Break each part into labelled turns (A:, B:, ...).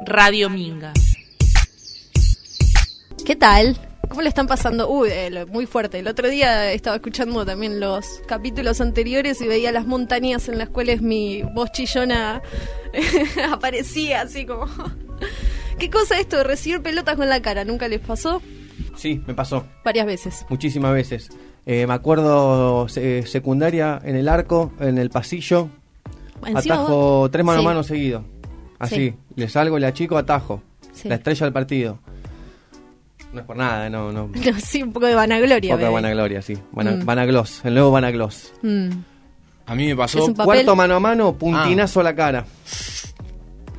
A: Radio Minga.
B: ¿Qué tal? ¿Cómo le están pasando? Uy, eh, lo- muy fuerte. El otro día estaba escuchando también los capítulos anteriores y veía las montañas en las cuales mi voz chillona aparecía así como... ¿Qué cosa esto? de Recibir pelotas con la cara. ¿Nunca les pasó?
C: Sí, me pasó
B: Varias veces.
C: muchísimas veces. Eh, me acuerdo se- secundaria en el arco, en el pasillo,
B: Encima
C: atajo
B: vos-
C: tres manos
B: Sí.
C: a mano seguido. Así,
B: Sí.
C: le salgo, le achico, atajo.
B: Sí.
C: La estrella del partido. No es por nada, eh, no, no.
B: No, sí, un poco de vanagloria.
C: Poca
B: bebé.
C: vanagloria, sí. Vana-
B: Mm.
C: Vanagloss, el nuevo Vanagloss.
B: Mm,
D: A mí me pasó.
B: Es un pa- Papel. Ah.
C: Cuarto mano a mano, puntinazo a la cara.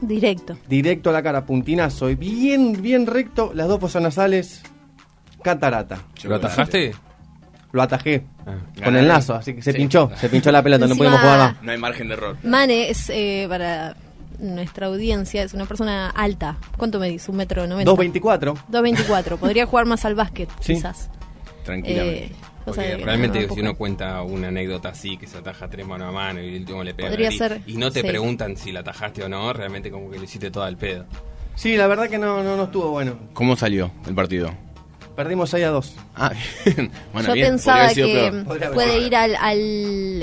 B: directo.
C: Directo a la cara, puntinazo. Y bien, bien recto, las dos fosas nasales, catarata.
D: ¿Lo atajaste?
C: Lo atajé con
D: Gané.
C: el lazo, así que se
D: Sí.
C: pinchó, se pinchó la pelota, no
B: Encima-
C: pudimos jugar más.
D: No hay margen de error.
B: Mane es, eh, para nuestra audiencia, es una persona alta. ¿Cuánto medís? ¿Un metro noventa?
C: 224.
B: 2.24. Podría jugar más al básquet,
C: Sí.
B: quizás.
D: Tranquilamente.
B: Eh, o sea
D: Porque
B: que
D: realmente
B: no, no,
D: si
B: poco.
D: uno cuenta una anécdota así, que se ataja tres mano a mano y el último le pega en la
B: Podría
D: nariz,
B: ser,
D: y no te
B: sí.
D: preguntan si la atajaste o no, realmente como que le hiciste todo al pedo.
C: Sí, la verdad que no, no, no estuvo bueno.
E: ¿Cómo salió el partido?
C: Perdimos 6 a 2.
E: Ah, bien. Bueno,
B: Yo
E: bien. podría
B: pensaba
E: haber sido
B: que
E: peor.
C: Podría haber
B: puede
C: sido
B: ir al, al,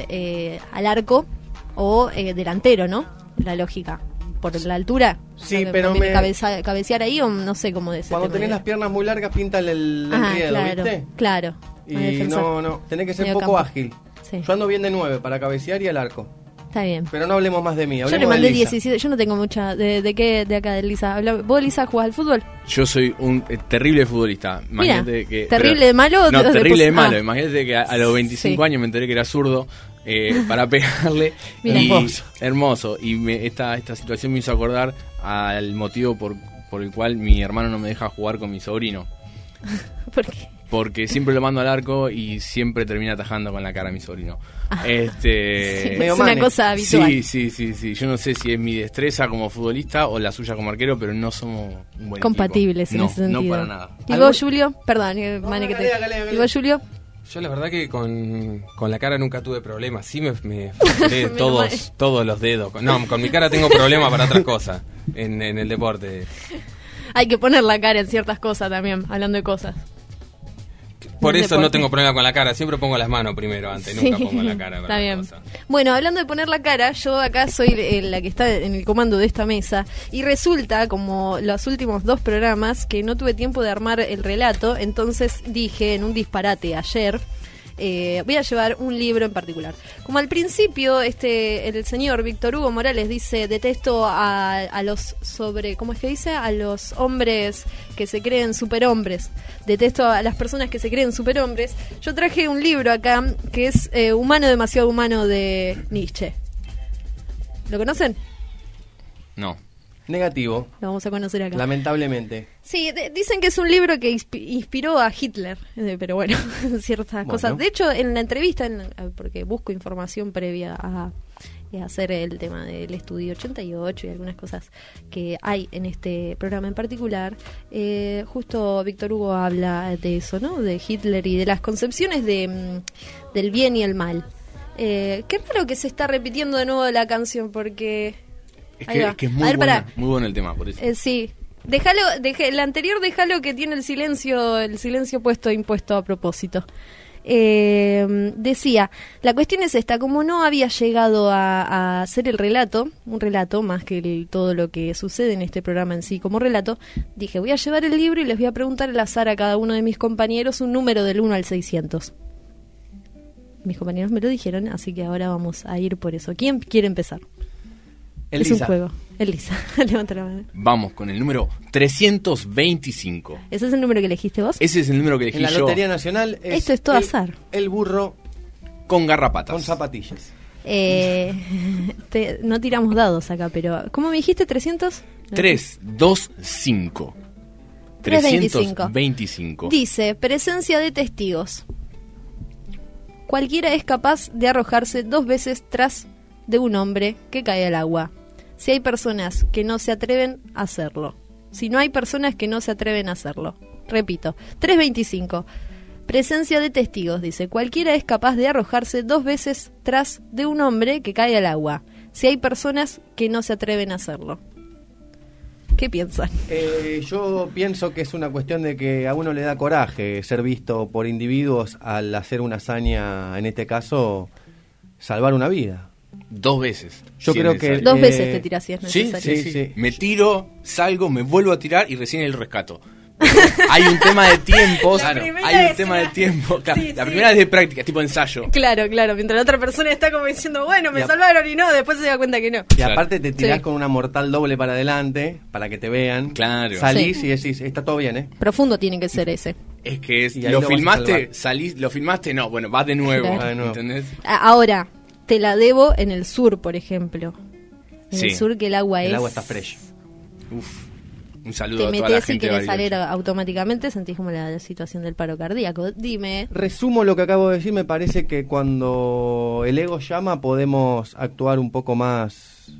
B: eh, al arco o eh, delantero, ¿no? La lógica. Por la altura.
C: Sí,
B: O sea, que
C: pero
B: conviene
C: me-
B: cabeza- cabecear ahí o no sé cómo decirlo.
C: Cuando tenés las piernas muy largas, pinta el, el
B: Ah,
C: enriedo,
B: claro.
C: ¿viste?
B: Claro. con el
C: Y
B: defensor.
C: no, no, tenés que ser un
B: Medio
C: poco
B: campo.
C: ágil.
B: Sí.
C: Yo ando bien de 9 para cabecear y al arco.
B: Está bien.
C: Pero no hablemos más de mí, hablemos
B: Yo le mandé
C: de Lisa.
B: 17, yo no tengo mucha. ¿De, de qué? De acá, de Lisa. Habla- ¿Vos, Lisa, jugás al fútbol?
E: Yo soy un eh, terrible futbolista. Imagínate
B: Mira,
E: que,
B: ¿terrible de malo o
E: No,
B: te-
E: terrible de
B: ah.
E: malo. Imagínate que a, a los 25
B: Sí.
E: años me enteré que era zurdo eh, para pegarle.
B: Mira.
E: Y-
C: Hermoso.
E: hermoso. Y me- esta, esta situación me hizo acordar al motivo por, por el cual mi hermano no me deja jugar con mi sobrino.
B: Porque.
E: Porque siempre lo mando al arco y siempre termina atajando con la cara a mi sobrino. Este,
B: es
C: medio
B: una
C: mane.
B: cosa habitual.
E: Sí, sí, sí, sí. Yo no sé si es mi destreza como futbolista o la suya como arquero, pero no somos un buen
B: compatibles
E: equipo.
B: en
E: No,
B: ese sentido.
E: No, para nada.
B: ¿Y
C: ¿Algún-
B: vos, Julio? Perdón, eh,
C: No,
B: Mane, que te...
C: dale, dale, dale.
B: ¿Y vos, Julio?
D: Yo la verdad que con, con la cara nunca tuve problemas, sí me, me fracturé
B: Menos mal.
D: todos, todos los dedos. Con- No, con mi cara tengo problemas para otras cosas en, en el deporte.
B: Hay que poner la cara en ciertas cosas también, hablando de cosas.
D: Por
B: Del
D: eso no
B: deporte.
D: tengo problema con la cara, siempre pongo las manos primero antes, nunca
B: Sí,
D: pongo la cara. para
B: Está bien.
D: las cosas.
B: Bueno, hablando de poner la cara, yo acá soy eh, la que está en el comando de esta mesa y resulta, como los últimos dos programas, que no tuve tiempo de armar el relato, entonces dije en un disparate ayer. eh, voy a llevar un libro en particular. Como al principio, este, el señor Víctor Hugo Morales dice detesto a, a los sobre, ¿cómo es que dice? A los hombres que se creen superhombres. Detesto a las personas que se creen superhombres. Yo traje un libro acá que es eh, Humano demasiado humano de Nietzsche. ¿Lo conocen?
E: No.
C: Negativo,
B: Lo vamos a conocer acá.
C: lamentablemente.
B: Sí, de- dicen que es un libro que inspi- inspiró a Hitler, eh, pero bueno, ciertas
C: Bueno.
B: cosas. De hecho, en la entrevista, en- porque busco información previa a, a hacer el tema del estudio 88 y algunas cosas que hay en este programa en particular, eh, justo Víctor Hugo habla de eso, ¿no? De Hitler y de las concepciones de, mm, del bien y el mal. Eh, qué raro que se está repitiendo de nuevo la canción, porque...
E: Es
B: Ahí
E: que,
B: va.
E: es que es
B: A
E: muy,
B: ver,
E: buena,
B: pará.
E: muy bueno el tema, por eso.
B: Eh, sí. Déjalo, deje- el anterior déjalo que tiene el silencio, el silencio puesto impuesto a propósito. Eh, decía, la cuestión es esta, como no había llegado a, a hacer el relato, un relato más que el- todo lo que sucede en este programa en sí como relato, dije, voy a llevar el libro y les voy a preguntar al azar a cada uno de mis compañeros un número del 1 al 600. Mis compañeros me lo dijeron, así que ahora vamos a ir por eso. ¿Quién quiere empezar? es un
C: Elisa,
B: juego. Elisa, levanta la mano.
E: Vamos con el número 325.
B: ¿Ese es el número que elegiste vos?
E: Ese es el número que elegí
C: en la
E: yo
C: Lotería Nacional es
B: Esto es todo
C: el-
B: azar.
C: El burro
E: con garrapatas.
C: con zapatillas.
B: Eh, te- no tiramos dados acá, pero... ¿Cómo me dijiste? ¿300?
E: 325.
B: 325.
E: 325.
B: Dice, presencia de testigos. Cualquiera es capaz de arrojarse dos veces tras de un hombre que cae al agua. Si hay personas que no se atreven a hacerlo. Si no hay personas que no se atreven a hacerlo. Repito, 325. Presencia de testigos, dice. Cualquiera es capaz de arrojarse dos veces tras de un hombre que cae al agua. Si hay personas que no se atreven a hacerlo. ¿Qué piensan?
C: Eh, yo pienso que es una cuestión de que a uno le da coraje ser visto por individuos al hacer una hazaña, en este caso, salvar una vida.
E: Dos veces.
C: Yo
E: si
C: creo
E: es necesario.
C: que-
B: Dos
C: eh,
B: veces te tiras si es
E: Sí,
B: necesario.
E: sí, sí,
C: Sí.
E: Me tiro, salgo, me vuelvo a tirar y recién el rescato. hay un tema de tiempo,
B: La
E: claro,
B: primera
E: hay un
B: es
E: tema
B: una-
E: de tiempo. claro,
B: Sí,
E: la
B: sí.
E: primera es de práctica, tipo ensayo.
B: Claro, claro. Mientras la otra persona está como diciendo, bueno, me
C: Ya.
B: salvaron y no, después se da cuenta que no.
C: Y
E: Claro.
C: aparte te tirás
B: Sí.
C: con una mortal doble para adelante, para que te vean.
E: Claro.
C: Salís
B: Sí.
C: y decís, está todo bien, ¿eh?
B: Profundo tiene que ser ese.
E: Es que es,
C: Y ahí lo
E: lo
C: vas a
E: filmaste,
C: salvar.
E: salís, lo filmaste, no, bueno, vas de nuevo,
B: Claro.
C: Va de nuevo.
E: ¿entendés?
B: A- Ahora, te la debo en el sur, por ejemplo. En el
E: Sí.
B: sur que el agua es...
C: El agua está fresh.
E: Uf. Un saludo
B: Te
E: a toda la
B: metes y
E: gente de
B: quieres
E: Bariloche.
B: salir automáticamente, sentís como la situación del paro cardíaco. Dime,
C: Resumo lo que acabo de decir, me parece que cuando el ego llama podemos actuar un poco más,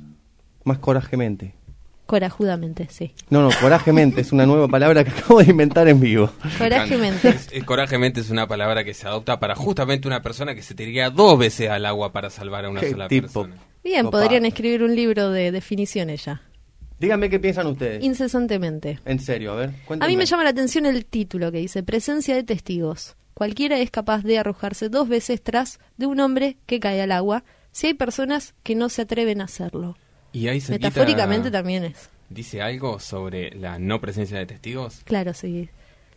C: más corajemente.
B: corajudamente, sí.
C: No, no, corajemente es una nueva palabra que acabo de inventar en vivo.
B: Corajemente.
D: Es- es- corajemente es una palabra que se adopta para justamente una persona que se tiraría dos veces al agua para salvar a una
C: Qué
D: sola
C: tipo.
D: persona.
B: Bien,
C: Opa.
B: podrían escribir un libro de definiciones ya.
C: Díganme qué piensan ustedes.
B: Incesantemente.
C: En serio, a ver. cuéntenme.
B: A mí me llama la atención el título que dice Presencia de testigos. Cualquiera es capaz de arrojarse dos veces tras de un hombre que cae al agua si hay personas que no se atreven a hacerlo.
D: Y ahí cerquita
B: Metafóricamente también es.
D: ¿Dice algo sobre la no presencia de testigos?
B: Claro, sí.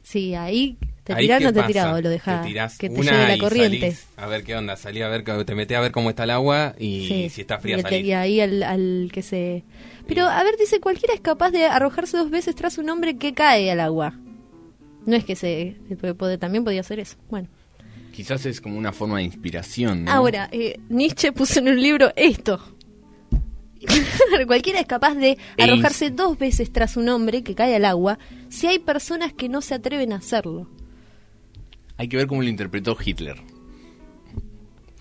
B: Sí, ahí te
D: Ahí,
B: tirás,
D: ¿qué
B: no te
D: pasa?
B: tirás, lo dejás.
D: Te tirás
B: que te
D: una
B: lleve la
D: y
B: corriente.
D: salís a ver qué onda, salí a ver, co- te metés a ver cómo está el agua y
B: Sí,
D: si está fría
B: y,
D: salís.
B: y ahí al, al que se... Pero, a ver, dice, cualquiera es capaz de arrojarse dos veces tras un hombre que cae al agua. No es que se... puede- puede- también podía hacer eso. Bueno.
E: Quizás es como una forma de inspiración. ¿no?
B: Ahora, eh, Nietzsche puso en un libro esto. Cualquiera es capaz de
E: E ins-
B: arrojarse dos veces tras un hombre que cae al agua si hay personas que no se atreven a hacerlo.
E: Hay que ver cómo lo interpretó Hitler.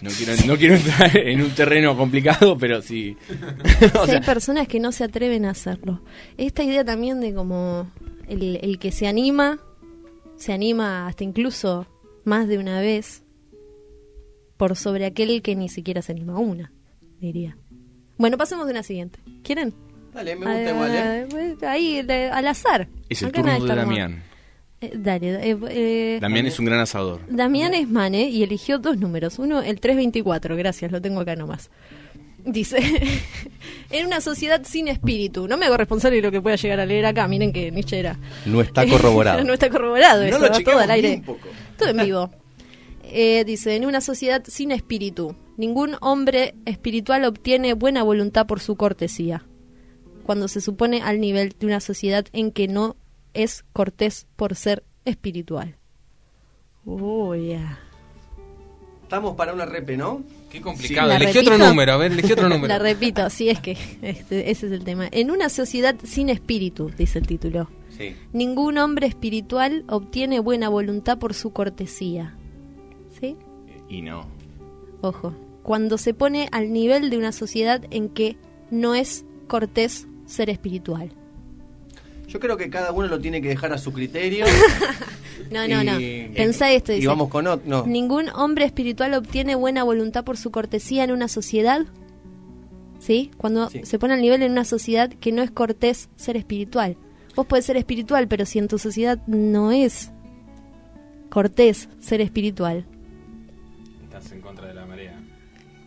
E: No quiero, no quiero entrar en un terreno complicado, pero sí. O
B: si
E: sea,
B: hay personas que no se atreven a hacerlo. Esta idea también de como el, el que se anima, se anima hasta incluso más de una vez por sobre aquel que ni siquiera se anima una, diría. Bueno, pasemos de una siguiente. ¿Quieren?
C: Dale, me
B: Ah,
C: gusta igual, ¿eh?
B: pues, Ahí, de- al azar.
E: es el
B: Acá nada
E: turno
B: está
E: de
B: armado.
E: Damián.
B: Eh, dale. eh, eh,
E: Damián es un gran asador.
B: Damián es Mane y eligió dos números. Uno, el 324. Gracias, lo tengo acá nomás. Dice, en una sociedad sin espíritu. No me hago responsable de lo que pueda llegar a leer acá. Miren que Nietzsche era...
C: No está corroborado.
B: Eh, no está corroborado.
E: No
B: eso,
E: lo
B: va todo
E: chequeamos
B: al aire.
E: ni un poco.
B: Todo en vivo. Eh, dice, en una sociedad sin espíritu, ningún hombre espiritual obtiene buena voluntad por su cortesía. Cuando se supone al nivel de una sociedad en que no es cortés por ser espiritual. Oh, yeah.
C: Estamos para una repe, ¿no?
D: Qué complicado.
B: La
D: elegí otro
B: repito.
D: número, a ver, elegí otro número.
B: La repito, sí, es que este- ese es el tema. En una sociedad sin espíritu, dice el título,
C: Sí.
B: ningún hombre espiritual obtiene buena voluntad por su cortesía. ¿Sí?
E: Y no.
B: Ojo. Cuando se pone al nivel de una sociedad en que no es cortés ser espiritual.
C: Yo creo que cada uno lo tiene que dejar a su criterio.
B: No, no,
C: Y-
B: no. Pensá esto.
C: y
B: dice,
C: vamos con ot- no.
B: Ningún hombre espiritual obtiene buena voluntad por su cortesía en una sociedad. ¿Sí? Cuando
C: Sí.
B: se pone al nivel en una sociedad que no es cortés ser espiritual. Vos podés ser espiritual, pero si en tu sociedad no es cortés ser espiritual.
D: Estás en contra de la marea.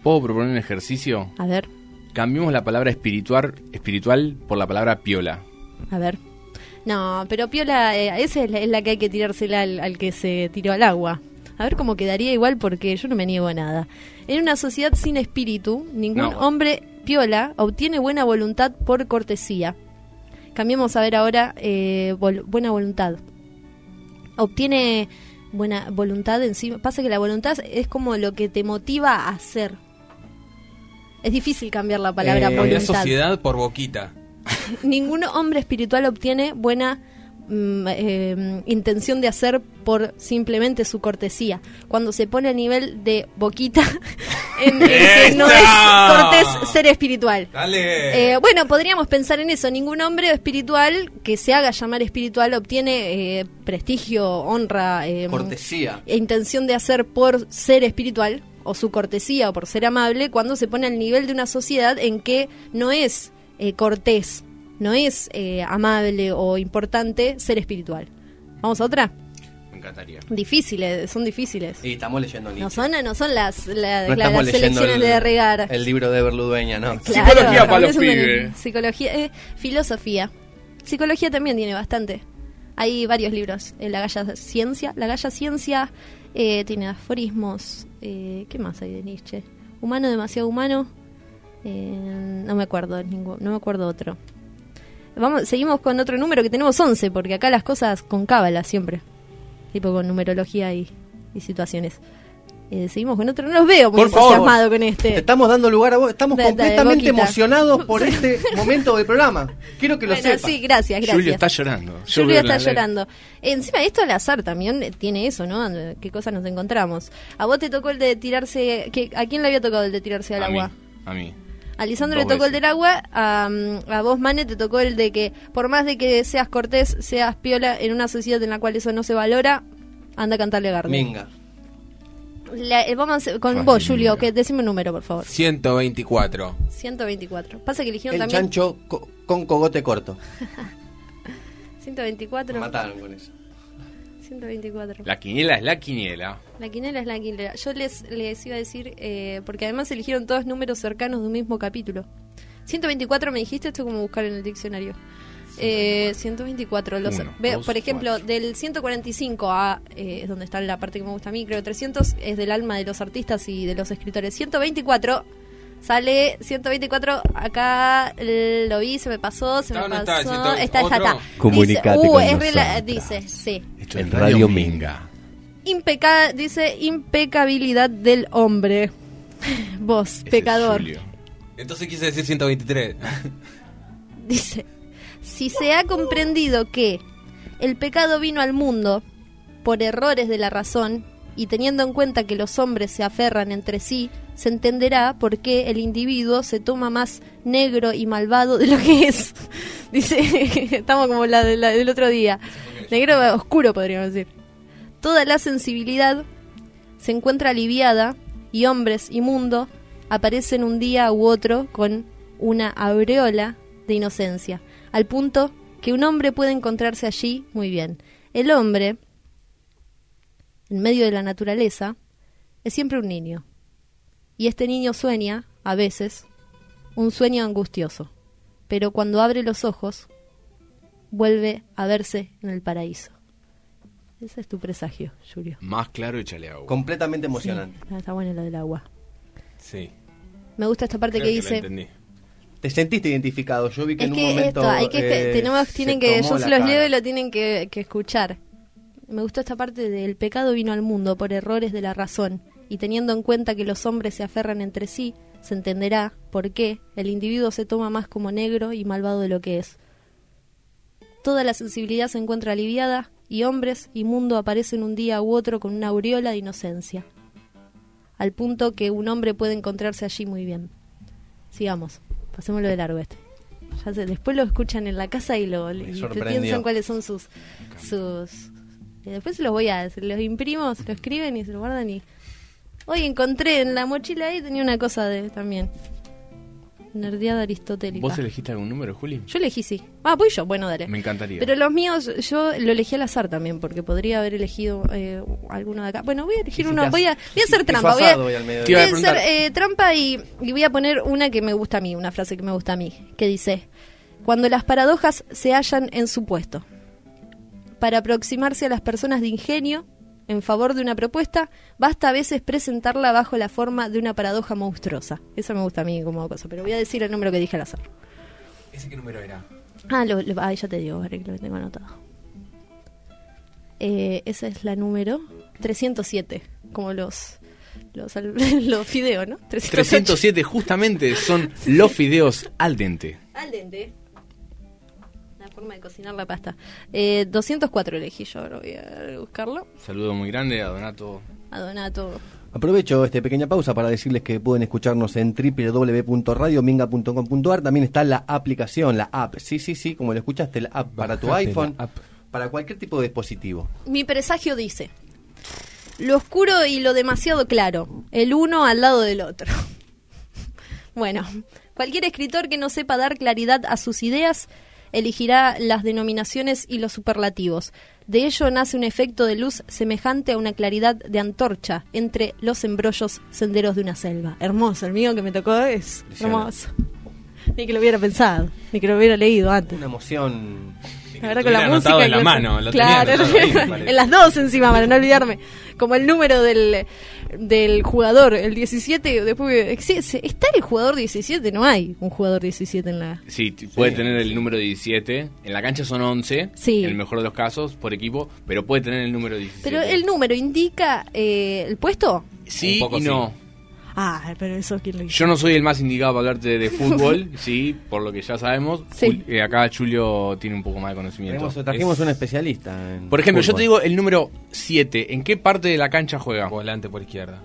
E: ¿Puedo proponer un ejercicio?
B: A ver,
E: Cambiemos la palabra espiritual, espiritual por la palabra piola.
B: a ver. No, pero Piola, eh, esa es la, es la que hay que tirársela al, al que se tiró al agua. A ver cómo quedaría igual porque yo no me niego a nada. En una sociedad sin espíritu, ningún
E: No.
B: hombre Piola obtiene buena voluntad por cortesía. Cambiemos a ver ahora eh, vol- buena voluntad. Obtiene buena voluntad encima. Pasa que la voluntad es como lo que te motiva a hacer. Es difícil cambiar la palabra
C: Eh,
B: por
D: Cambiá
B: voluntad.
D: sociedad por boquita.
B: Ningún hombre espiritual obtiene buena mm, eh, intención de hacer por simplemente su cortesía. Cuando se pone a nivel de boquita, en el que no es
D: ¡Esa!
B: cortés ser espiritual.
D: Dale.
B: Eh, bueno, podríamos pensar en eso. Ningún hombre espiritual que se haga llamar espiritual obtiene eh, prestigio, honra, eh,
C: Cortesía.
B: e intención de hacer por ser espiritual o su cortesía o por ser amable cuando se pone al nivel de una sociedad en que no es eh, cortés, no es eh, amable o importante ser espiritual. Vamos a otra.
E: Me encantaría.
B: Difíciles, son difíciles.
C: Y estamos leyendo Nietzsche.
B: No son, no son las, la-
C: No
B: la-
C: estamos
B: las
C: leyendo
B: selecciones
C: el,
B: de regar.
C: el libro de Berludueña, no.
B: Claro,
E: Psicología para los
B: es un-
E: pibes.
B: Psicología, eh, filosofía. Psicología también tiene bastante. Hay varios libros. Eh, la Galla Ciencia. La Galla Ciencia eh, tiene aforismos. Eh, ¿Qué más hay de Nietzsche? Humano, demasiado humano. Eh, no me acuerdo ningún, no me acuerdo otro. Vamos, seguimos con otro número que tenemos 11, porque acá las cosas con cábala siempre. Tipo con numerología y, y situaciones. Eh, seguimos con otro, no los veo muy
C: Por favor.
B: entusiasmado con este.
C: Te estamos dando lugar a vos. Estamos
B: De- de
C: completamente
B: boquita.
C: emocionados por este momento del programa. Quiero que lo
B: Bueno,
C: sepas.
B: sí, gracias, gracias.
E: Julio está llorando. Yo
B: Julio
E: veo
B: está
E: la- la-
B: llorando. Encima de esto el azar también tiene eso, ¿no? ¿Qué cosas nos encontramos? A vos te tocó el de tirarse... ¿qué- ¿A quién le había tocado el de tirarse al
E: A mí,
B: agua?
E: a mí.
B: A Lisandro
E: Dos
B: le tocó el
E: veces.
B: del agua, a, mm, a vos, Mane, te tocó el de que por más de que seas cortés, seas piola en una sociedad en la cual eso no se valora, anda a cantarle a Gardel.
C: Minga.
B: La- eh, vamos a hacer- con
E: Fácil,
B: vos, Julio,
E: mira.
B: que decime un número, por favor.
D: 124.
B: 124. Pasa que eligieron
C: El
B: también...
C: chancho co- con cogote corto.
B: 124.
C: Me mataron con eso.
B: 124.
E: La quiniela es la quiniela.
B: La quinela es la quinela. Yo les, les iba a decir, eh, porque además eligieron todos números cercanos de un mismo capítulo. 124 me dijiste, esto es como buscar en el diccionario. Eh, 124, los,
E: Uno,
B: ve-
E: dos,
B: por ejemplo, del 145 a, eh, es donde está la parte que me gusta a mí, creo 300 es del alma de los artistas y de los escritores. 124 sale 124, acá eh, lo vi, se me pasó, se me
D: Está, no está,
B: pasó,
D: siento-
B: está, está,
D: otro.
B: está.
A: Comunicate
B: dice, uh,
A: con
B: es rela-
A: nosotras.
B: dice, sí.
E: Esto
A: En Radio Minga.
B: Impeca dice impecabilidad del hombre. Vos,
E: Ese es
B: pecador.
E: Julio.
D: Entonces quise decir 123.
B: Dice, si se ha comprendido que el pecado vino al mundo por errores de la razón y teniendo en cuenta que los hombres se aferran entre sí, se entenderá por qué el individuo se toma más negro y malvado de lo que es. Dice, estamos como la, de la del otro día. Negro oscuro, podríamos decir. Toda la sensibilidad se encuentra aliviada y hombres y mundo aparecen un día u otro con una aureola de inocencia, al punto que un hombre puede encontrarse allí muy bien. El hombre, en medio de la naturaleza, es siempre un niño. Y este niño sueña, a veces, un sueño angustioso. Pero cuando abre los ojos, vuelve a verse en el paraíso. Ese es tu presagio, Julio.
E: Más claro, échale agua.
C: Completamente emocionante.
B: Sí, Ah, está bueno lo del agua.
D: Sí.
B: Me gusta esta parte
D: creo
B: que
D: la
B: dice.
D: entendí.
C: Te sentiste identificado. Yo vi que
B: es
C: en un
B: que
C: momento.
B: esto, hay que, este,
C: eh,
B: tenemos,
C: se
B: tienen que,
C: tomó
B: yo se
C: la
B: los leo
C: cara.
B: y lo tienen que, que escuchar. Me gustó esta parte del pecado vino al mundo por errores de la razón, y teniendo en cuenta que los hombres se aferran entre sí, se entenderá por qué el individuo se toma más como negro y malvado de lo que es. Toda la sensibilidad se encuentra aliviada, y hombres y mundo aparecen un día u otro con una aureola de inocencia, al punto que un hombre puede encontrarse allí muy bien. Sigamos, pasémoslo de largo este. Ya sé, después lo escuchan en la casa y lo y
C: sorprendió.
B: piensan cuáles son sus sus y después se los voy a se los imprimo, se lo escriben y se lo guardan y hoy encontré en la mochila ahí tenía una cosa de también nerdeada aristotélica.
E: ¿Vos elegiste algún número, Juli?
B: Yo elegí sí. Ah, voy yo. Bueno, dale.
E: Me encantaría.
B: Pero los míos, yo lo elegí al azar también, porque podría haber elegido eh, alguno de acá. Bueno, voy a elegir
C: Hiciste
B: uno, voy a, voy a hacer
C: hizo
B: trampa. Voy a,
C: asado hoy al mediodía.
E: Te iba a
B: voy a hacer
E: preguntar.
B: eh, trampa y, y voy a poner una que me gusta a mí, una frase que me gusta a mí, que dice, cuando las paradojas se hallan en su puesto, para aproximarse a las personas de ingenio en favor de una propuesta, basta a veces presentarla bajo la forma de una paradoja monstruosa. Esa me gusta a mí como cosa, pero voy a decir el número que dije al azar.
D: ¿Ese qué número era?
B: Ah, lo, lo- ah, ya te digo, ahora que lo tengo anotado. Eh, esa es la número 307, como los los, al- los fideos, ¿no? 308.
E: 307 justamente son los fideos al dente.
B: Al dente. La forma de cocinar la pasta. Eh, 204 elegí yo, ahora voy a buscarlo.
E: Saludo muy grande a Donato.
B: A Donato.
C: Aprovecho esta pequeña pausa para decirles que pueden escucharnos en www.radiominga.com.ar. También está la aplicación, la app. Sí, sí, sí, como lo escuchaste, la app para tu
D: Bajate
C: iPhone,
D: la app.
C: para cualquier tipo de dispositivo.
B: Mi presagio dice: Lo oscuro y lo demasiado claro, el uno al lado del otro. bueno, cualquier escritor que no sepa dar claridad a sus ideas elegirá las denominaciones y los superlativos. De ello nace un efecto de luz semejante a una claridad de antorcha entre los embrollos senderos de una selva. Hermoso, el mío que me tocó es hermoso. Ni que lo hubiera pensado, ni que lo hubiera leído antes.
C: Una emoción.
B: La verdad con la
D: Lo tuviera
B: música.
D: anotado
B: y
D: en la
B: con-
D: mano, lo tenía
B: claro,
D: anotado ahí, me parece.
B: en las dos encima, para no olvidarme. Como el número del, del jugador, el 17. Después, existe- está el jugador 17, no hay un jugador 17 en la.
E: Sí, t- puede tener el número 17. En la cancha son 11,
B: Sí.
E: en el mejor de los casos, por equipo, pero puede tener el número 17.
B: Pero el número indica eh, el puesto.
E: Sí
D: Un poco
E: y no.
B: Ah, pero eso quién lo hizo.
E: Yo no soy el más indicado para hablarte de fútbol, sí, por lo que ya sabemos.
B: Sí.
E: Jul- eh, acá Julio tiene un poco más de conocimiento.
C: Tenemos- trajimos
D: Es-
C: un especialista. en
E: Por ejemplo, yo
C: fútbol.
E: te digo el número 7. ¿En qué parte de la cancha juega?
D: Volante por izquierda.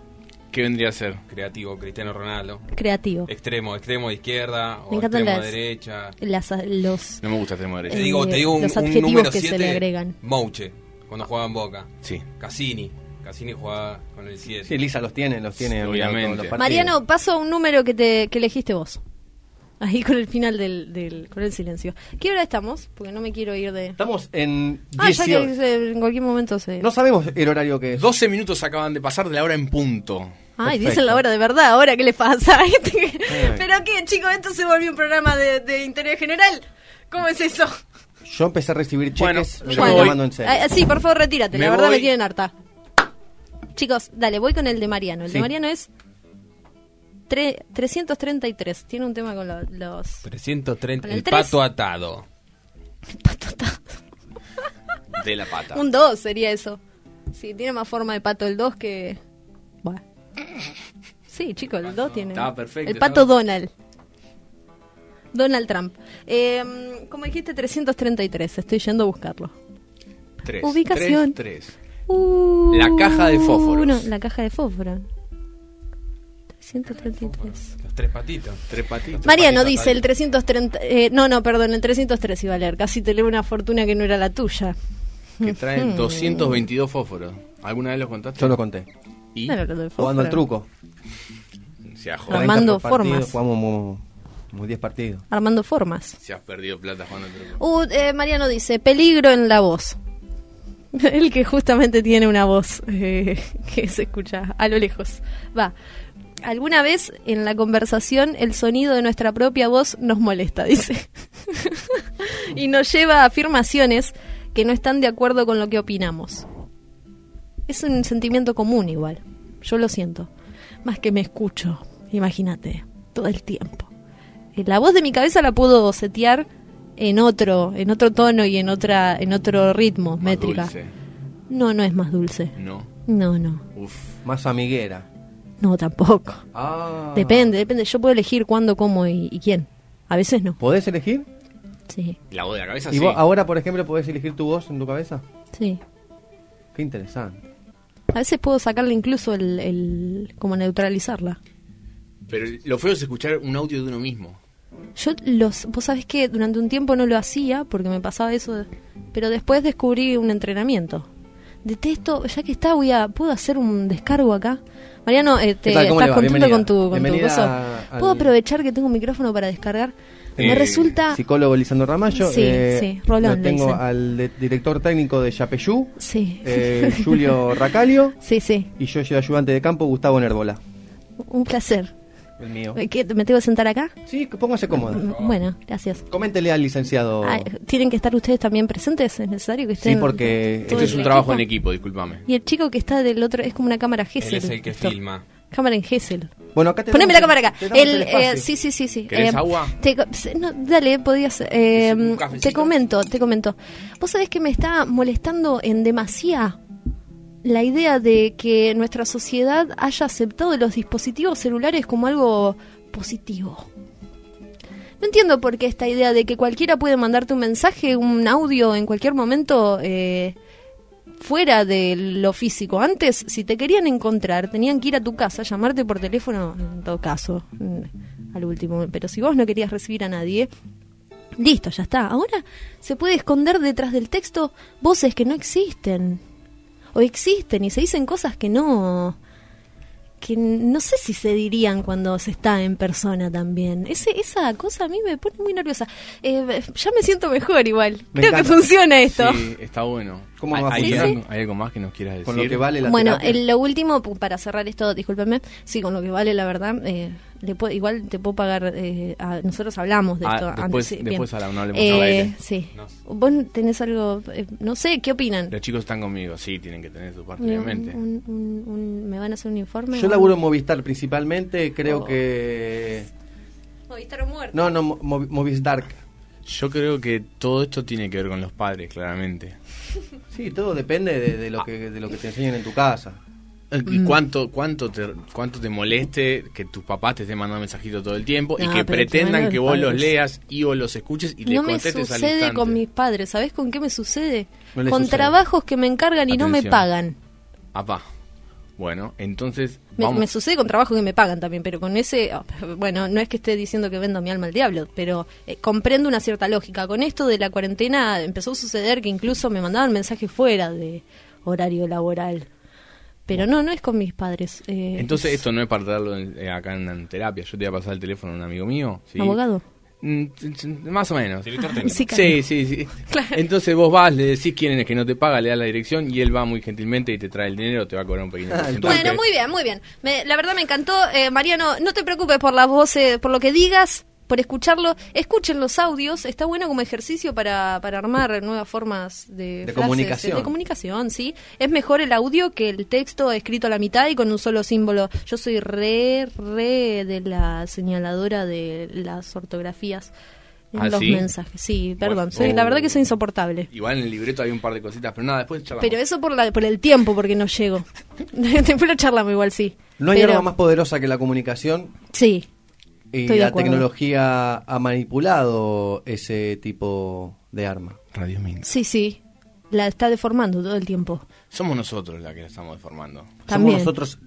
E: ¿Qué vendría a ser?
D: Creativo, Cristiano Ronaldo.
B: Creativo.
D: Extremo, extremo de izquierda o
B: Me encantan
D: extremo
B: las-
D: de derecha.
B: Las, los.
E: No me gusta este extremo derecho.
D: Te digo, te digo un,
B: Eh, los
D: un
B: adjetivos
D: número
B: que se
D: 7.
B: le agregan.
D: Mouche, cuando jugaba en Boca.
E: Sí.
D: Cassini. Cassini jugaba con el 7.
C: Sí, Lisa los tiene, los tiene.
E: Obviamente.
C: los partidos.
B: Mariano, paso a un número que, te, que elegiste vos. Ahí con el final del, del. con el silencio. ¿Qué hora estamos? Porque no me quiero ir de.
C: Estamos en
B: Ah, ya
C: 18.
B: que se- en cualquier momento se.
C: No sabemos el horario que es.
E: 12 minutos acaban de pasar de la hora en punto.
B: Ay,
C: Perfecto.
B: dicen la hora de verdad, ahora qué les pasa. Este,
C: Ay.
B: Pero qué, chicos, esto se volvió un programa de, de interés general. ¿Cómo es eso?
C: Yo empecé a recibir
E: Bueno,
C: cheques. me
E: yo
C: estoy
E: me voy.
C: tomando en serio.
B: Ah, sí, por favor, retírate, la
E: Me
B: verdad me
E: voy.
B: tienen harta. Chicos, dale, voy con el de Mariano. El de
C: Sí.
B: Mariano es tre- 333. Tiene un tema con lo- los...
D: 330.
B: Con
D: El,
B: el tres.
D: pato atado.
E: De la pata.
B: Un 2 sería eso. Sí, tiene más forma de pato el 2 que... Bueno. Sí, chicos, el 2 tiene...
E: Está perfecto,
B: El pato
E: está-
B: Donald. Donald Trump. Eh, como dijiste, 333. Estoy yendo a buscarlo.
E: 3.
B: Ubicación.
E: 3.
B: La
E: caja de fósforos.
B: Uh, la caja de fósforo. 333.
D: Los tres patitos.
E: 3 patitos.
B: Mariano
D: Patito,
B: dice el 330... eh, no, no, perdón, el 303 iba a leer. Casi te leo una fortuna que no era la tuya.
E: Que traen 222 fósforos. ¿Alguna vez los contaste?
C: Yo lo conté.
E: Y
B: No era lo del
C: Jugando al
B: fósforo.
C: truco.
E: seas,
B: Ah. Armando
C: 40 partidos,
B: formas.
C: Jugamos como- como 10 partidos.
B: Armando formas.
E: has perdido plata jugando al truco.
B: Uh, eh, Mariano dice, peligro en la voz. El que justamente tiene una voz eh, que se escucha a lo lejos. Va. Alguna vez en la conversación el sonido de nuestra propia voz nos molesta, dice. y nos lleva a afirmaciones que no están de acuerdo con lo que opinamos. Es un sentimiento común igual. Yo lo siento. Más que me escucho, imagínate, todo el tiempo. Eh, La voz de mi cabeza la puedo setear en otro, en otro tono y en otra, en otro ritmo,
E: Más
B: métrica.
E: dulce.
B: No, no es más dulce.
E: No.
B: No, no,
E: Uf.
C: Más amiguera.
B: no tampoco.
C: Ah.
B: Depende, depende. Yo puedo elegir cuándo, cómo y, y quién. A veces no.
C: ¿Podés elegir?
B: Sí,
E: La voz de la cabeza
C: ¿Y
E: Ah, sí.
C: vos ahora, por ejemplo, podés elegir tu voz en tu cabeza?
B: sí.
C: Qué interesante.
B: A veces puedo sacarle incluso el, el- como neutralizarla.
E: Pero lo feo es escuchar un audio de uno mismo.
B: Yo los, vos sabés que durante un tiempo no lo hacía porque me pasaba eso, de- pero después descubrí un entrenamiento. Detesto, ya que está, voy a, puedo hacer un descargo acá. Mariano, eh, te-
C: ¿Qué tal? ¿Cómo
B: ¿estás
C: le va?
B: contento
C: Bienvenida.
B: con tu, con tu
C: Bienvenida
B: coso?
C: al-
B: ¿Puedo aprovechar que tengo un micrófono para descargar? me
E: Eh,
B: resulta...
C: Psicólogo Lisandro Ramallo.
B: Sí,
C: eh,
B: sí, Rolón
C: lo
B: le
C: tengo
B: dicen.
C: al de- director técnico de Yapeyú,
B: Sí.
C: eh, Julio Racalio.
B: Sí, sí.
C: Y yo soy ayudante de campo, Gustavo Nerbola.
B: Un placer.
C: El mío.
B: ¿Qué, ¿Me tengo que sentar acá?
C: Sí, que póngase cómodo.
B: Bueno, gracias.
C: Coméntele al licenciado.
B: Ah, ¿Tienen que estar ustedes también presentes? ¿Es necesario que estén?
C: Sí, porque
B: todo
E: Este es
B: el
E: un trabajo en
B: equipo?
E: equipo, discúlpame.
B: Y el chico que está del otro es como una cámara Gesell.
D: Él es el que
B: esto.
D: filma.
B: Cámara en Gesell.
C: Bueno, acá te
B: Poneme la
C: damos
B: cámara
C: el-
B: acá.
C: te damos
B: El,
C: el espacio.
B: eh, sí, sí, sí, sí.
E: ¿Querés
B: Eh,
E: agua?
B: te co- no, dale, podías. eh,
E: ¿Es un
B: te
E: cafecito?
B: comento, te comento. Vos sabés que me está molestando en demasía la idea de que nuestra sociedad haya aceptado los dispositivos celulares como algo positivo. No entiendo por qué esta idea de que cualquiera puede mandarte un mensaje, un audio en cualquier momento eh, fuera de lo físico. Antes, si te querían encontrar, tenían que ir a tu casa, llamarte por teléfono, en todo caso, mm, al último. Pero si vos no querías recibir a nadie, listo, ya está. Ahora se puede esconder detrás del texto voces que no existen. O existen y se dicen cosas que no... que no sé si se dirían cuando se está en persona también. Ese, esa cosa a mí me pone muy nerviosa. Eh, ya me siento mejor igual.
C: Me
B: Creo
C: encanta.
B: que funciona esto.
E: Sí, está bueno.
C: ¿Cómo
E: ¿Hay,
C: va a
E: hay
B: funcionar?
E: algo, hay algo más que nos quieras decir?
C: Con lo que vale la
B: Bueno,
C: terapia.
B: el- lo último, pu- para cerrar esto, discúlpenme, sí, con lo que vale la verdad, eh, le puedo- igual te puedo pagar, eh, a- nosotros hablamos de
E: Ah,
B: esto
E: después-
B: sí,
E: después hablamos, no hablemos
B: Eh,
E: al aire.
B: Sí.
D: No.
B: Vos tenés algo, eh, no sé, ¿qué opinan?
E: Los chicos están conmigo, sí, tienen que tener su parte,
B: Un-
E: obviamente.
B: un- un- un- ¿Me van a hacer un informe?
C: Yo
B: ¿O-
C: laburo en Movistar principalmente, creo
B: Oh.
C: que...
B: Movistar o muerto.
C: No, no, Mo- Mo- Movistar.
E: Yo creo que todo esto tiene que ver con los padres, claramente.
C: Sí, todo depende de,
B: Ah.
C: de lo que, de lo que te enseñan en tu casa.
E: Eh,
B: Mm.
E: ¿Y cuánto, cuánto, te, cuánto te moleste que tus papás te estén mandando mensajitos todo el tiempo y
B: No, pero
E: que
B: primero
E: pretendan
B: los
E: que vos los
B: padres.
E: leas y o los escuches y
B: no
E: le
B: me
E: contestes al
B: sucede
E: instante?
B: con mis padres, ¿sabés con qué me sucede?
C: No les
B: con
C: sucede.
B: trabajos que me encargan y no me
E: Atención.
B: pagan.
E: Apá. Bueno, entonces
B: Me,
E: vamos.
B: me sucede con trabajos que me pagan también, pero con ese, oh, bueno, no es que esté diciendo que vendo mi alma al diablo, pero eh, comprendo una cierta lógica. Con esto de la cuarentena empezó a suceder que incluso me mandaban mensajes fuera de horario laboral. Pero no, no es con mis padres. eh,
E: Entonces
B: es
E: esto no es para tratarlo en- eh, acá en, en terapia. Yo te voy a pasar el teléfono a un amigo mío. ¿sí?
B: ¿Abogado?
E: Mm, t- t- Más o menos.
D: Director técnico.
B: Sí,
E: Sí,
B: claro.
E: sí, sí.
B: Claro.
E: Entonces vos vas, le decís quién es que no te paga, le das la dirección y él va muy gentilmente y te trae el dinero, te va a cobrar un pequeño
C: Ah,
E: porcentaje.
B: Bueno, muy bien, muy bien. Me- la verdad me encantó. Eh, Mariano, no te preocupes por las voces, por lo que digas, por escucharlo. Escuchen los audios, está bueno como ejercicio para, para armar nuevas formas de,
C: De
B: frases,
C: comunicación.
B: De comunicación, sí. Es mejor el audio que el texto escrito a la mitad y con un solo símbolo. Yo soy re, re de la señaladora de las ortografías en
E: ¿Ah,
B: los
E: sí?
B: mensajes. Sí, perdón.
E: Bueno,
B: soy- la
E: oh.
B: verdad que soy insoportable.
E: Igual en el libreto hay un par de cositas, pero nada, después charlamos.
B: Pero eso por, la, por el tiempo, porque no llego. Después lo charlamos igual, sí.
C: No hay
B: Pero-
C: nada más poderosa que la comunicación
B: Sí,
C: y
B: Estoy de
C: la
B: acuerdo.
C: tecnología ha manipulado ese tipo de arma.
E: Radio Minsk.
B: sí, sí. La está deformando todo el tiempo.
E: Somos nosotros la que la estamos deformando.
B: También.
C: Somos nosotros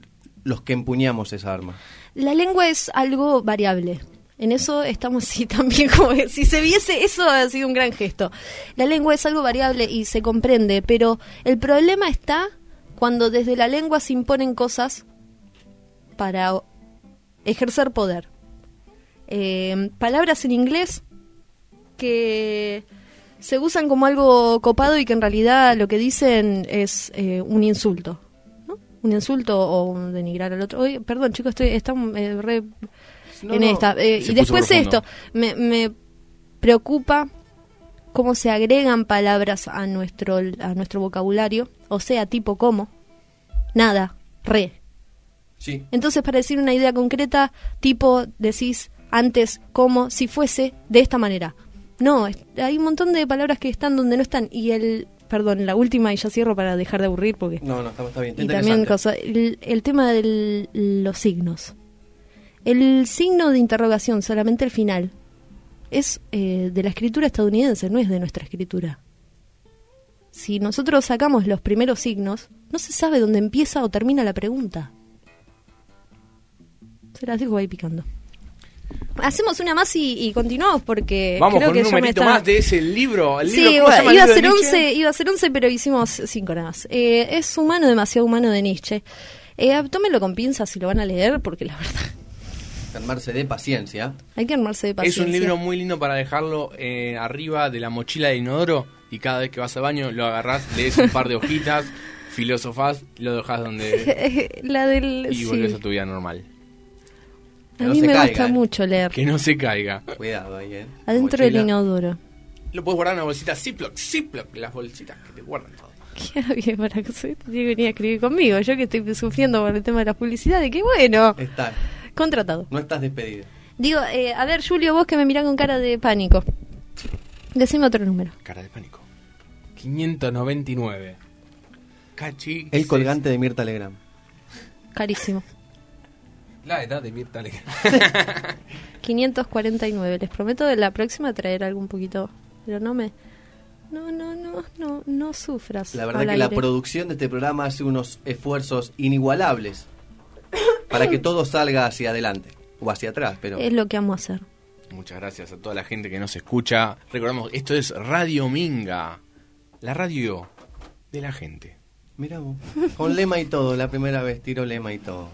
C: los que empuñamos esa arma.
B: La lengua es algo variable. En eso estamos, sí, también como que si se viese, eso ha sido un gran gesto. La lengua es algo variable y se comprende, pero el problema está cuando desde la lengua se imponen cosas para o- ejercer poder. Eh, palabras en inglés que se usan como algo copado y que en realidad lo que dicen es eh, un insulto. ¿no? Un insulto o un denigrar al otro. Oye, perdón, chicos, estoy está, eh, re
C: No,
B: en
C: no.
B: esta. Eh,
E: Se
B: y
E: puso
B: después
E: profundo.
B: esto, me, me preocupa cómo se agregan palabras a nuestro, a nuestro vocabulario, o sea, tipo como, nada, re,
C: Sí.
B: entonces, para decir una idea concreta, tipo, decís antes, como, si fuese, de esta manera. No, es- hay un montón de palabras que están donde no están. Y el, perdón, la última y ya cierro para dejar de aburrir porque...
C: No, no, está, está bien. está
B: Y también
C: interesante.
B: cosa- el, el tema de los signos. El signo de interrogación, solamente el final, es eh, de la escritura estadounidense, no es de nuestra escritura. Si nosotros sacamos los primeros signos, no se sabe dónde empieza o termina la pregunta. Se las dejo ahí picando. Hacemos una más y, y continuamos porque
E: Vamos
B: Eh, creo
E: con
B: que
E: un
B: ya me
E: numerito
B: está-
E: más de ese libro. El
B: Sí,
E: libro ¿cómo se llama
B: iba,
E: el
B: iba a
E: libro
B: ser
E: de Nietzsche?
B: 11, iba a ser 11, pero hicimos 5 nada más. Eh, es humano, demasiado humano de Nietzsche. Eh, tómenlo con pinzas si lo van a leer, porque la verdad,
C: Armarse de paciencia.
B: hay que armarse de
E: Es
B: paciencia.
E: un libro muy lindo para dejarlo eh, arriba de la mochila de inodoro y cada vez que vas al baño lo agarrás, lees un par de hojitas, filosofás, lo dejás donde...
B: La del...
E: y
B: sí.
E: volvés a tu vida normal.
B: A
C: Que no
B: mí
C: se
B: me
C: caiga,
B: gusta
C: eh.
B: mucho leer.
E: Que no se caiga.
C: Cuidado ahí, ¿eh?
B: Adentro del
C: Mochila.
B: inodoro.
E: Lo puedes guardar en una bolsita Ziploc, Ziploc, las bolsitas que te guardan todo.
B: Qué bien para que se- tiene que venir a escribir conmigo. Yo que estoy sufriendo por el tema de las publicidades. Qué bueno.
E: Eh.
C: Está,
B: Contratado.
C: no estás despedido.
B: Digo, eh, a ver, Julio, vos que me mirás con cara de pánico. Decime otro número.
E: Cara de pánico.
D: 599.
E: Cachi.
C: El colgante de Mirta Legrand.
B: Carísimo.
D: La edad de Mirta Legrand.
B: 549. Les prometo de la próxima traer algo un poquito. Pero no me. No, no, no, no, no sufras.
C: La verdad
B: al
C: que la
B: aire.
C: producción de este programa hace unos esfuerzos inigualables para que todo salga hacia adelante o hacia atrás, pero
B: Es lo que amo hacer.
E: Muchas gracias a toda la gente que nos escucha. Recordamos, esto es Radio Minga. La radio de la gente.
C: mirá vos, con lema y todo, la primera vez tiro lema y todo.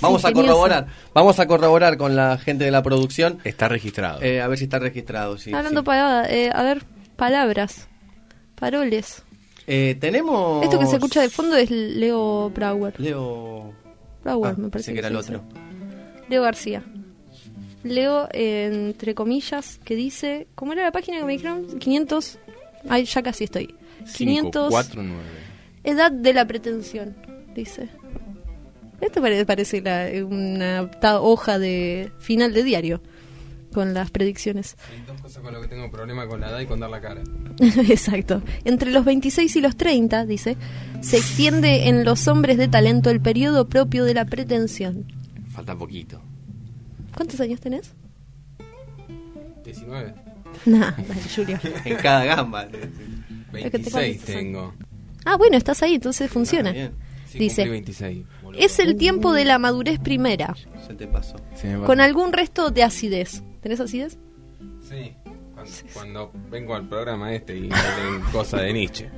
C: Vamos a
B: ingenioso.
C: corroborar. Vamos a corroborar con la gente de la producción.
E: Está registrado.
C: eh, a ver si está registrado. sí,
B: Hablando
C: sí.
B: parada, eh, a ver, palabras, paroles.
C: Eh, tenemos.
B: Esto que se escucha de fondo es Leo Brauer.
C: Leo.
B: Brauer,
C: Ah,
B: me parece.
C: pensé que era
B: se
C: el
B: dice.
C: otro.
B: Leo García. Leo, eh, entre comillas, que dice. ¿Cómo era la página que me dijeron? 500. Ay, ya casi estoy. 500.
E: 549.
B: Edad de la pretensión, dice. Esto pare- parece la- una ta- hoja de final de diario con las predicciones.
D: Hay dos cosas con las que tengo problema con la edad y con dar la cara.
B: Exacto. Entre los 26 y los 30, dice, se extiende en los hombres de talento el periodo propio de la pretensión.
E: Falta poquito.
B: ¿Cuántos años tenés?
D: 19.
B: Nah, dale, Julio.
C: En cada gamba.
D: 26 tengo.
B: Ah, bueno, estás ahí, entonces funciona.
C: Ah, bien.
D: Sí,
B: Dice.
D: cumplí 26. boludo.
B: Es el tiempo de la madurez primera,
C: Se te pasó.
E: Se me va.
B: con algún resto de acidez. ¿Tenés acidez?
D: Sí. Cuando, cuando vengo al programa este y salen cosas de Nietzsche.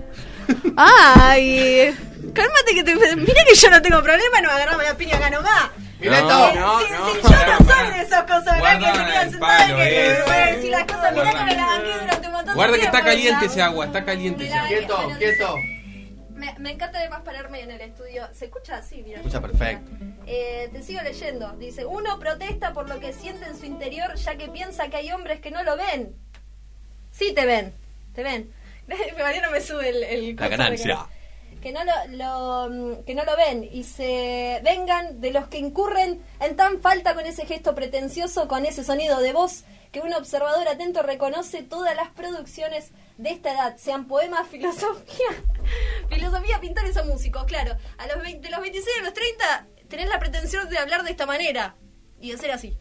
B: ¡Ay! Cálmate que te... Mira que yo no tengo problema, no agarrame la piña acá nomás.
D: Mirá
B: No,
D: todo.
B: no,
D: no,
B: si,
D: no,
B: si yo
D: pará,
B: no soy
D: pará.
B: de esas cosas, ¿verdad? Que se quedan sentadas
D: Guardá el
B: que
D: palo
B: que
D: ese.
B: voy a decir las cosas, mirá que
D: Guardá.
B: me la banqué durante un montón de
D: Guarda que
B: tiempo,
D: está caliente
B: ¿sabes?
D: ese agua, está caliente ese
B: Mirá,
D: agua.
C: Quieto,
B: bueno,
C: quieto.
B: Me, me encanta además pararme en el estudio. Se escucha así, mira.
C: Escucha perfecto.
B: Eh, te sigo leyendo. Dice, uno protesta por lo que siente en su interior ya que piensa que hay hombres que no lo ven. Sí, te ven. Te ven. Mariano me sube el... el
C: La
B: coso
C: ganancia.
B: porque- Que no, lo, lo, mm, que no lo ven y se vengan de los que incurren en tan falta con ese gesto pretencioso, con ese sonido de voz que un observador atento reconoce todas las producciones de esta edad, sean poemas, filosofía, filosofía, pintores o músicos, claro. A los 20, de los 26 a los 30 tenés la pretensión de hablar de esta manera y de ser así.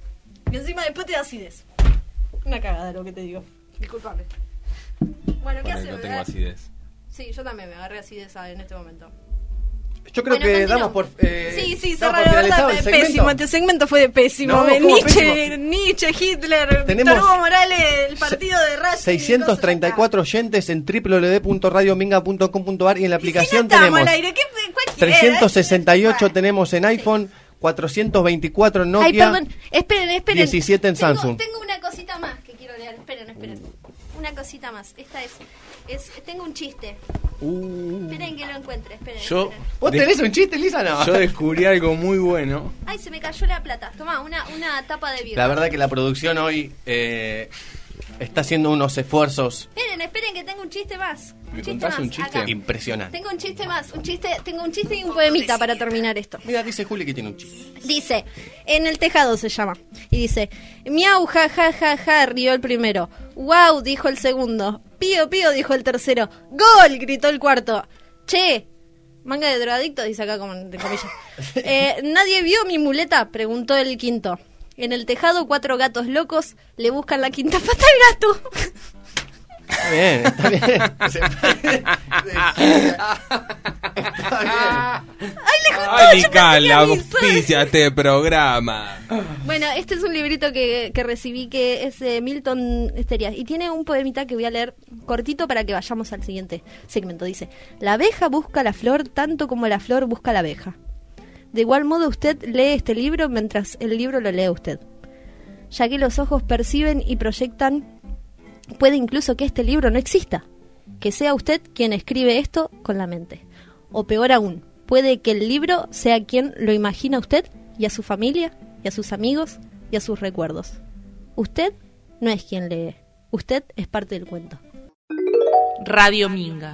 B: Y encima después te da acidez. Una cagada lo que te digo. Disculpame. Bueno, ¿qué
D: Bueno,
B: hace?
D: no tengo
B: verdad?
D: acidez.
B: Sí, yo también me agarré así de esa en este momento.
C: Yo creo
B: Bueno,
C: que
B: continúa.
C: damos por. eh,
B: sí, sí, cerra
C: damos por
B: la
C: finalizado
B: verdad.
C: el
B: eh,
C: segmento.
B: Pésimo, este segmento fue de pésimo.
C: No,
B: de
C: ¿cómo
B: Nietzsche,
C: pésimo?
B: Nietzsche, Hitler,
C: Tenemos
B: Víctor Hugo Morales, el partido de Racing. cosas
C: 634 oyentes en www.radiominga.com.ar y en
B: acá. Y si no
C: la aplicación
B: estamos
C: tenemos
B: al aire, ¿qué- cualquiera, ¿eh?
C: 368 tenemos en iPhone, 424 en Nokia.
B: Ay, perdón, esperen, esperen.
C: 17 en
B: Tengo-
C: Samsung.
B: Tengo una cosita más que quiero leer. Esperen, esperen. Una cosita más. Esta es. es tengo un chiste.
C: Uh.
B: Esperen que lo encuentre. Esperen.
E: Yo,
B: esperen.
C: ¿Vos
E: de-
C: tenés un chiste, Lisa? No.
E: yo descubrí algo muy bueno.
B: Ay, se me cayó la plata. Tomá, una, una tapa de birra.
C: La verdad que la producción hoy eh, está haciendo unos esfuerzos
B: Esperen, esperen que tengo un chiste más.
E: ¿Me
B: chiste
E: contás
B: más,
E: un chiste?
B: acá.
C: impresionantes.
B: Tengo un chiste más, un chiste, tengo un chiste y un poemita para terminar esto.
C: Mira, dice Juli que tiene un chiste.
B: Dice, en el tejado se llama. Y dice, miau, ja, ja, ja, ja, rió el primero. Wow, dijo el segundo. Pío, pío, dijo el tercero. Gol, gritó el cuarto. Che, manga de drogadicto, dice acá como entre comillas. Eh, Nadie vio mi muleta, preguntó el quinto. En el tejado cuatro gatos locos le buscan la quinta pata al gato.
C: Está bien, está bien. Se puede- está bien.
B: Ay, le juntó, yo pensé que
D: Alica, la
B: avisó.
D: auspicia este programa.
B: Bueno, este es un librito que, que recibí que es de Milton Esterias y tiene un poemita que voy a leer cortito para que vayamos al siguiente segmento. Dice, la abeja busca la flor tanto como la flor busca la abeja. De igual modo usted lee este libro mientras el libro lo lee usted. Ya que los ojos perciben y proyectan, puede incluso que este libro no exista. Que sea usted quien escribe esto con la mente. O peor aún, puede que el libro sea quien lo imagina a usted y a su familia, y a sus amigos, y a sus recuerdos. Usted no es quien lee. Usted es parte del cuento.
A: Radio Minga.